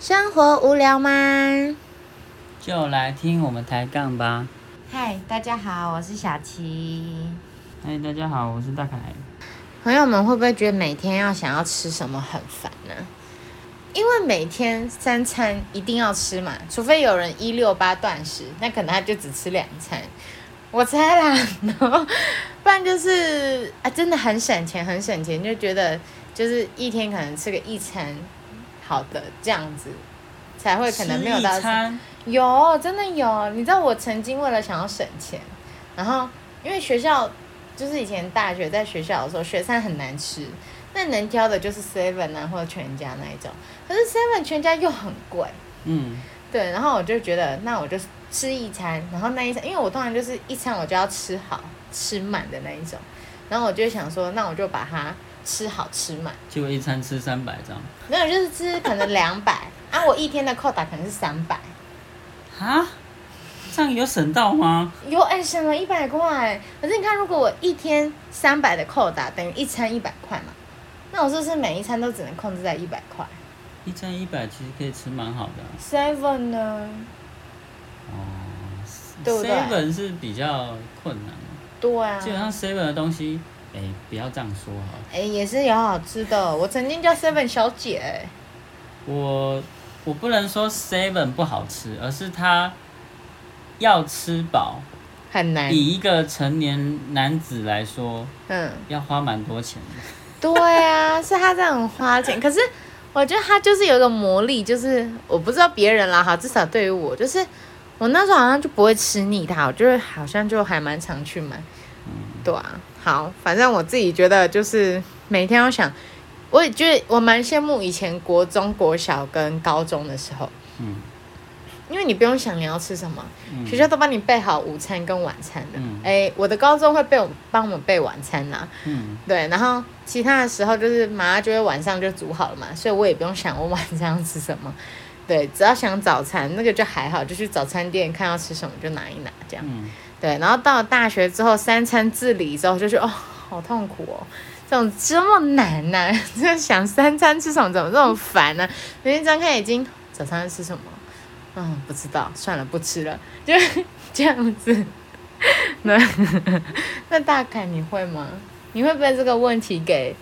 生活无聊吗？就来听我们抬杠吧。嗨，大家好，我是小琪。嗨，大家好，我是大凯。朋友们会不会觉得每天要想要吃什么很烦呢、因为每天三餐一定要吃嘛，除非有人一六八断食，那可能他就只吃两餐，我猜啦。然后，不然就是啊，真的很省钱，很省钱，就觉得就是一天可能吃个一餐，好的这样子，才会可能没有吃到一餐，有，真的有。你知道我曾经为了想要省钱，然后因为学校就是以前大学在学校的时候，学餐很难吃，那能挑的就是 Seven 啊或者全家那一种。可是 Seven 全家又很贵，嗯，对。然后我就觉得，那我就吃一餐，然后那一餐，因为我通常就是一餐我就要吃好吃满的那一种，然后我就想说，那我就把它吃好吃满。结果一餐吃三百张。没有，就是吃可能两百啊，我一天的扣打可能是三百。啊？这样有省到吗？有哎、省了一百块。可是你看，如果我一天三百的扣打，等于一餐一百块嘛，那我是不是每一餐都只能控制在一百块一餐一百其实可以吃蛮好的啊、 ？Seven 呢？哦对不对，seven 是比较困难的，对啊基，本上 seven 的东西，哎、不要这样说啊哈。哎、也是有好吃的。我曾经叫 Seven 小姐、哎我我不能说 seven 不好吃，而是它要吃饱，很难。以一个成年男子来说，嗯，要花蛮多钱的。 对啊，是她这样很花钱，可是。我觉得她就是有一个魔力，就是我不知道别人啦哈，至少对于我，就是我那时候好像就不会吃腻它，我就是好像就还蛮常去买。对啊，好，反正我自己觉得就是每天要想，我也觉得我蛮羡慕以前国中国小跟高中的时候，嗯因为你不用想你要吃什么，嗯学校都帮你备好午餐跟晚餐的。嗯哎、我的高中会备我帮我们备晚餐啊啦、嗯，对，然后其他的时候就是妈妈就会晚上就煮好了嘛，所以我也不用想我晚上要吃什么。对，只要想早餐那个就还好，就去早餐店看要吃什么就拿一拿这样。嗯对，然后到了大学之后，三餐自理之后，就觉得哦，好痛苦哦，这种这么难 呐、就想三餐吃什么，怎么这么烦呢、明天张开眼睛，早餐吃什么？嗯，不知道，算了，不吃了， 就这样子。 那那大凯你会吗？你会被这个问题给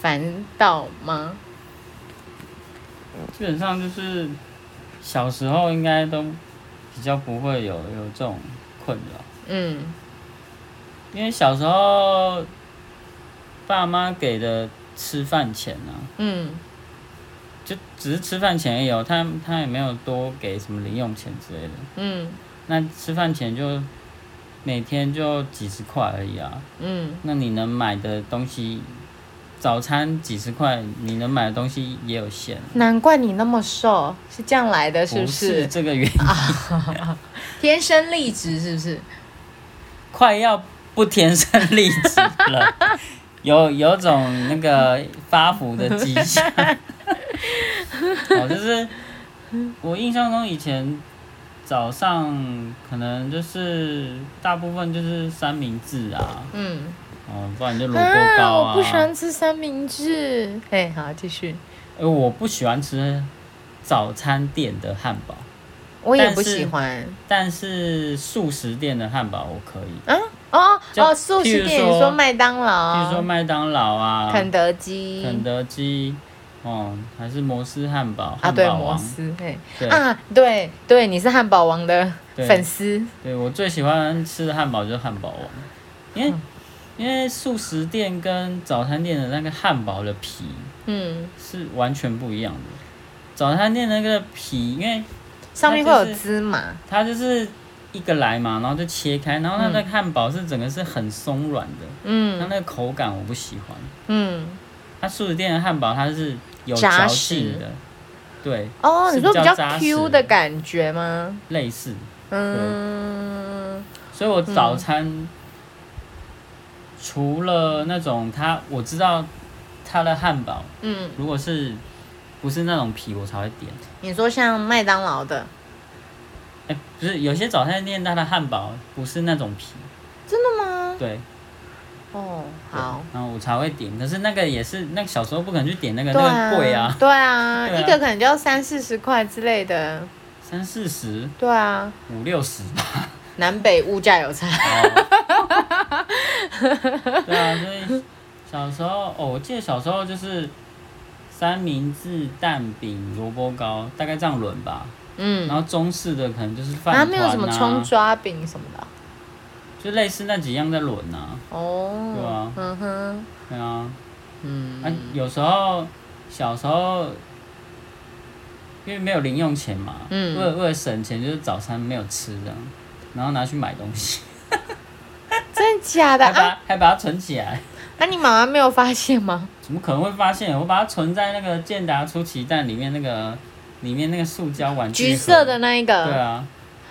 烦到吗？基本上就是小时候应该都比较不会有有这种困扰，嗯因为小时候爸妈给的吃饭钱呢、啊，嗯就只是吃饭钱而已、哦，他他也没有多给什么零用钱之类的，嗯那吃饭钱就每天就几十块而已啊，嗯，那你能买的东西，早餐几十块，你能买的东西也有限，难怪你那么瘦，是这样来的，是不是这个原因，天生丽质是不是？快要不天生丽质了， 有有种那个发福的迹 象。哦，就是我印象中以前早上可能就是大部分就是三明治啊，嗯，哦，不然就萝卜糕啊。我不喜欢吃三明治。哎，好，继续。呃我不喜欢吃早餐店的汉堡，我也不但是喜欢但是素食店的汉堡我可以，啊，哦就哦，素譬食如店你说说麦当比如说劳、麦当劳啊、肯德基肯德基，哦，还是摩斯汉堡、啊，汉对堡摩王。斯，哎对啊，对对，你是汉堡王的对粉丝，对我最喜欢吃的汉堡就是汉堡王，因为、嗯因为素食店跟早餐店的那个汉堡的皮嗯，是完全不一样的。早餐店那个皮，因为上面会那就有是芝麻，它就是一个来嘛，然后就切开，然后它的汉堡是整个是很松软的，它嗯那个口感我不喜欢。嗯，它素食店的汉堡它是有扎嚼实劲的，对，哦，是你说比比较较扎实 Q 的感觉吗？类似。嗯，所以我早餐、除了那种它，我知道它的汉堡，嗯，如果是不是那种皮，我才会点。你说像麦当劳的，哎、不是，有些早餐店它的汉堡不是那种皮，真的吗？对，哦，好。然后我才会点。可是那个也是，那个小时候不可能去点那个，对那个贵啊啊，，对啊，对啊一个可能就要三四十块之类的。三四十、对啊，五六十 吧。南北物价有 差。哦对啊，所以小时候，哦，我记得小时候就是三明治、蛋饼、萝卜糕，大概这样轮吧。嗯，然后中式的可能就是饭团啊，没有什么葱抓饼什么的啊。就类似那几样在轮啊。哦，对啊嗯哼，对啊，啊嗯，，有时候小时候因为没有零用钱嘛，嗯为了为了省钱，就是早餐没有吃这样，然后拿去买 东西，真的假的还把、啊？还把它存起来，那你妈妈没有发现 吗？怎么可能会发现？我把它存在那个健达出奇蛋里面那个里面那个塑胶玩具盒橘色的，那一对个，啊，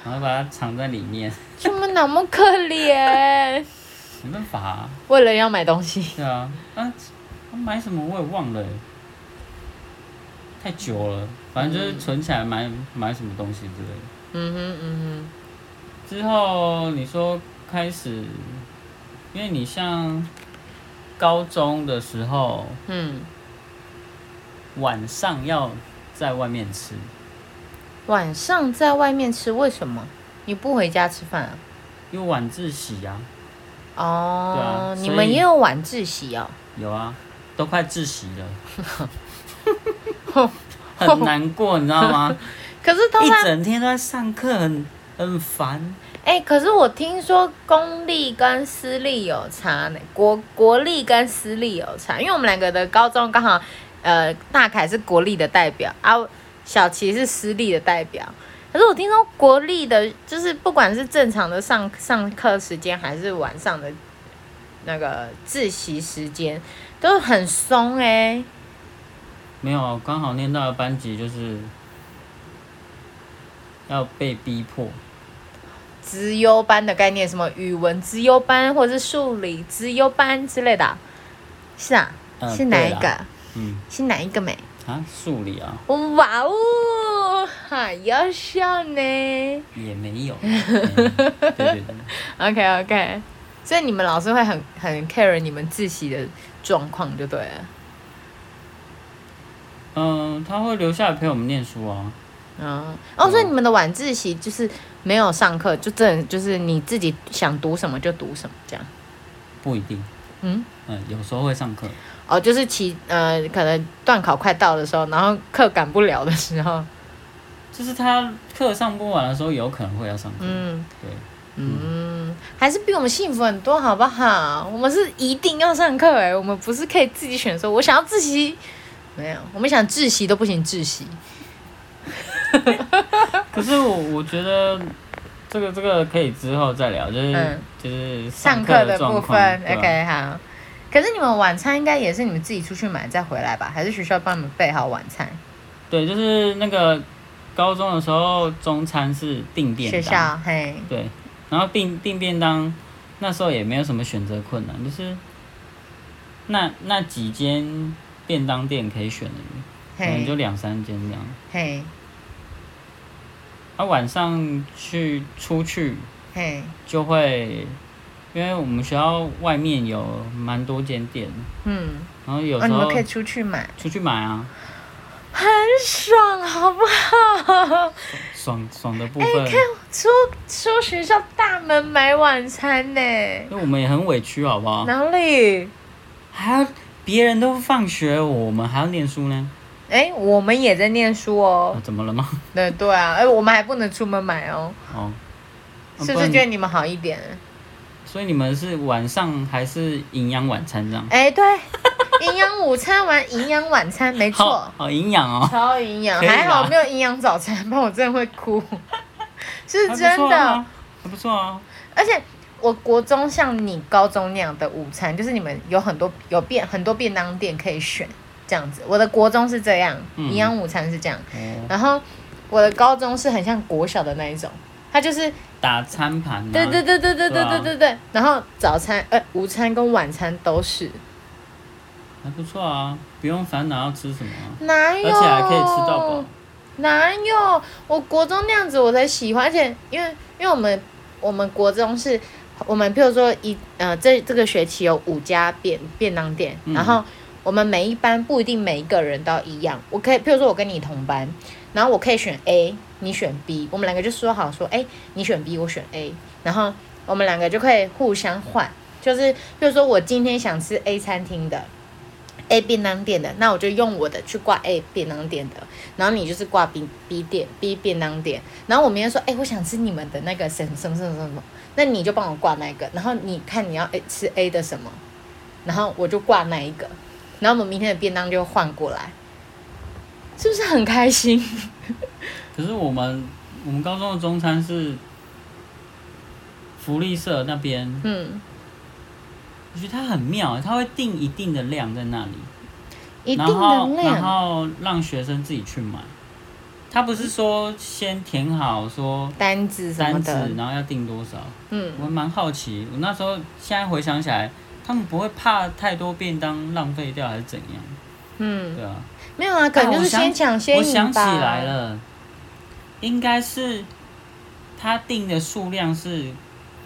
然后把它藏在里面，怎么那么可怜？ 没办法、啊，为了要买东西，对啊，啊，我买什么我也忘了欸、太久了，反正就是存起来买买什么东西之类的。嗯哼嗯之后你说开始，因为你像高中的时候哼嗯，晚上要在外面吃，晚上在外面吃，为什么你不回家吃饭啊？因为晚自习啊，哦，对啊你所以们也有晚自习哦。有啊，都快自习了，很难过，你知道吗？可是通一常整天都在上课，很很烦。哎、可是我听说公立跟私立有差呢，国国立跟私立有差，因为我们两个的高中刚好，呃，大凯是国立的代表啊，小齐是私立的代表。可是我听说国立的，就是不管是正常的上上课时间，还是晚上的那个自习时间，都很松哎、没有，刚好念到的班级就是要被逼迫，资优班的概念，什么语文资优班或者是数理资优班之类的啊，是啊，嗯是哪对一啦个？嗯是哪一个美？啊，数理啊哇哦，好优秀呢也没 有，嗯对对对。 ！OK OK，所以你们老师会很很 care 你们自习的状况就对了。嗯，他会留下来陪我们念书啊。嗯，哦，嗯所以你们的晚自习就是没有上课，就真的就是你自己想读什么就读什么这样。不一定，嗯，嗯，有时候会上课，哦，就是期呃，可能段考快到的时候，然后课赶不了的时候，就是他课上不完的时候，有可能会要上课。嗯对，嗯，还是比我们幸福很多，好不好？我们是一定要上课哎、我们不是可以自己选说，我想要自习，没有，我们想自习都不行，自习。可是我我觉得这个这个可以之后再聊，就是、嗯就是上课课的部状分况。 对啊，OK，好。可是你们晚餐应该也是你们自己出去买再回来吧？还是学校帮你们备好晚餐？对，就是那个高中的时候，中餐是定便学当，校嘿，对，然后订订便当，那时候也没有什么选择困难，就是那那几间便当店可以选的，可能就嘿，两三间这样。嘿，啊，晚上去出去嘿，就会，因为我们学校外面有蛮多间店，嗯，然后有哦，时你们候可以出去买，出去买啊，很爽，好不好？爽爽的部哎分，出出学校大门买晚餐呢、因为我们也很委屈，好不好？哪里？还要别人都放学，我们还要念书呢，哎、我们也在念书哦啊。、怎么了吗？对对啊，哎、我们还不能出门买哦。哦，啊 是不然是觉得你们好一点？所以你们是晚上还是营养晚餐这样？哎、对， 营养午餐完营养晚餐，没错好，好营养哦，超营养。可以啦还好没有营养早餐，不然我真的会哭。 是还不真错的啊，，还不错啊。而且我国中像你高中那样的午餐，就是你们有很多有便很多便当店可以选，这样子。我的国中是这样，嗯营养午餐是这样。哦，然后我的高中是很像国小的那一种，它就是打餐盘、啊，对对对对对对对啊对对对，然后早餐呃午餐跟晚餐都是，还不错啊，不用烦恼要吃什么啊、哪有？而且还可以吃到饱。哪有？我国中那样子我才喜欢，而且因为因为我们我们国中是我们譬如说一呃这这个学期有五家便便当店，嗯然后我们每一班不一定每一个人都要一样，我可以譬如说我跟你同班，然后我可以选 A，你选 B，我们两个就说好说，哎、你选 B，我选 A，然后我们两个就可以互相换，就是譬如说我今天想吃 A 餐厅的。A 便当店的，那我就用我的去挂 A 便当店的，然后你就是挂 B B 店 B 便当店，然后我明天说，哎、我想吃你们的那个什么什么什么什么什么，那你就帮我挂那一个，然后你看你要 A 吃 A 的什么，然后我就挂那一个，然后我们明天的便当就换过来，是不是很开心？ 可是我们我们高中的中餐是福利社那边，嗯，我觉得它很妙，欸它会定一定的量在那里，一定然的后然量，后让学生自己去买。他不是说先填好说单子什么单子的，，然后要定多少？嗯，我蛮好奇，我那时候现在回想起来，他们不会怕太多便当浪费掉还是怎样？嗯，对啊，没有啊，可能哎就我是想先抢先我赢吧。想起来，了，应该是他定的数量是，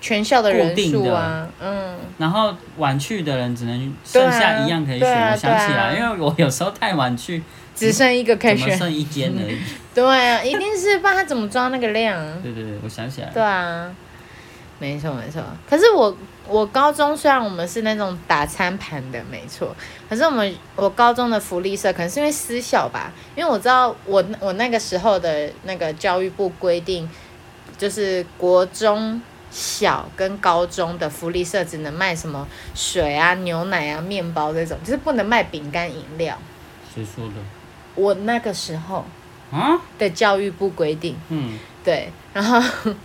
全校的人固定数啊的，嗯，然后晚去的人只能对剩啊下一样可以选。对啊我想起来，对因为我有时候太晚去，只剩一个可以怎么选，剩一间而已。对啊，一定是不然他怎么抓那个量？啊对对对，我想起来对了，啊，没错没错。可是我我高中虽然我们是那种打餐盘的，没错，可是我们我高中的福利社可能是因为私校吧，因为我知道我我那个时候的那个教育部规定，就是国中。小跟高中的福利社只能卖什么水啊、牛奶啊、面包这种，就是不能卖饼干、饮料。谁说的？我那个时候啊？的教育部规定，嗯，对，然后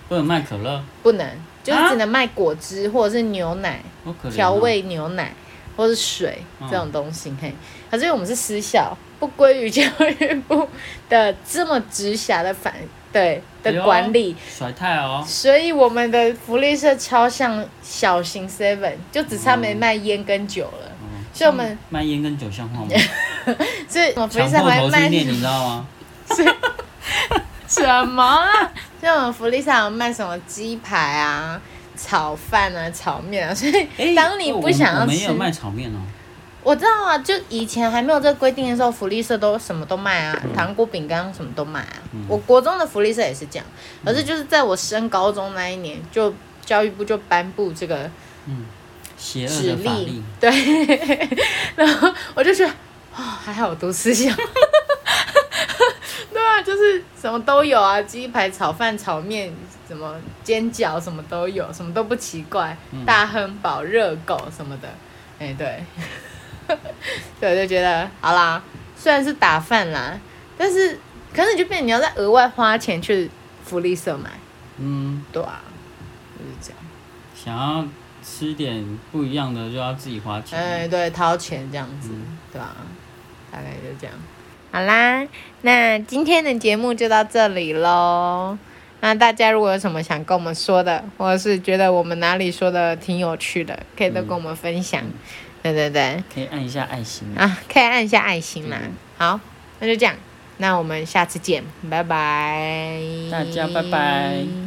不能卖可乐，不能，就是啊只能卖果汁或者是牛奶、我可怜哦调味牛奶或是水嗯这种东西。嘿，可是因为我们是私校，不归于教育部的这么直辖的反对哎的呦管理，甩太哦。所以我们的福利社超像小型 Seven，就只差没卖烟跟酒了。嗯所以我们卖烟跟酒像 话吗？所以我们福利强社迫还头卖训练，你知道吗？ 什么啊？像我们福利社有卖什么鸡排啊、炒饭啊、炒面啊，所以哎，当你不想我要们也吃，有卖炒面哦。我知道啊，就以前还没有这个规定的时候，福利社都什么都卖啊，糖果、饼干什么都卖啊。我国中的福利社也是这样，可是就是在我升高中那一年，就教育部就颁布这个邪恶指的法令力，，对，然后我就觉得，哦，还好我读思想。 对啊，就是什么都有啊，鸡排、炒饭、炒面，什么煎饺，什么都有，什么都不奇怪。嗯大亨堡、热狗什么的，哎、对， 对，就觉得好啦，虽然是打饭啦，但是可是你就变成你要再额外花钱去福利社买，嗯，对啊，就是这样。想要吃点不一样的，就要自己花钱。哎、对，掏钱这样子，嗯对吧、大概就这样。好啦，那今天的节目就到这里喽。那大家如果有什么想跟我们说的，或者是觉得我们哪里说的挺有趣的，可以都跟我们分享。嗯对对对，可以按一下爱心。啊，可以按一下爱心啦对对。好，那就这样，那我们下次见，拜拜。大家拜拜。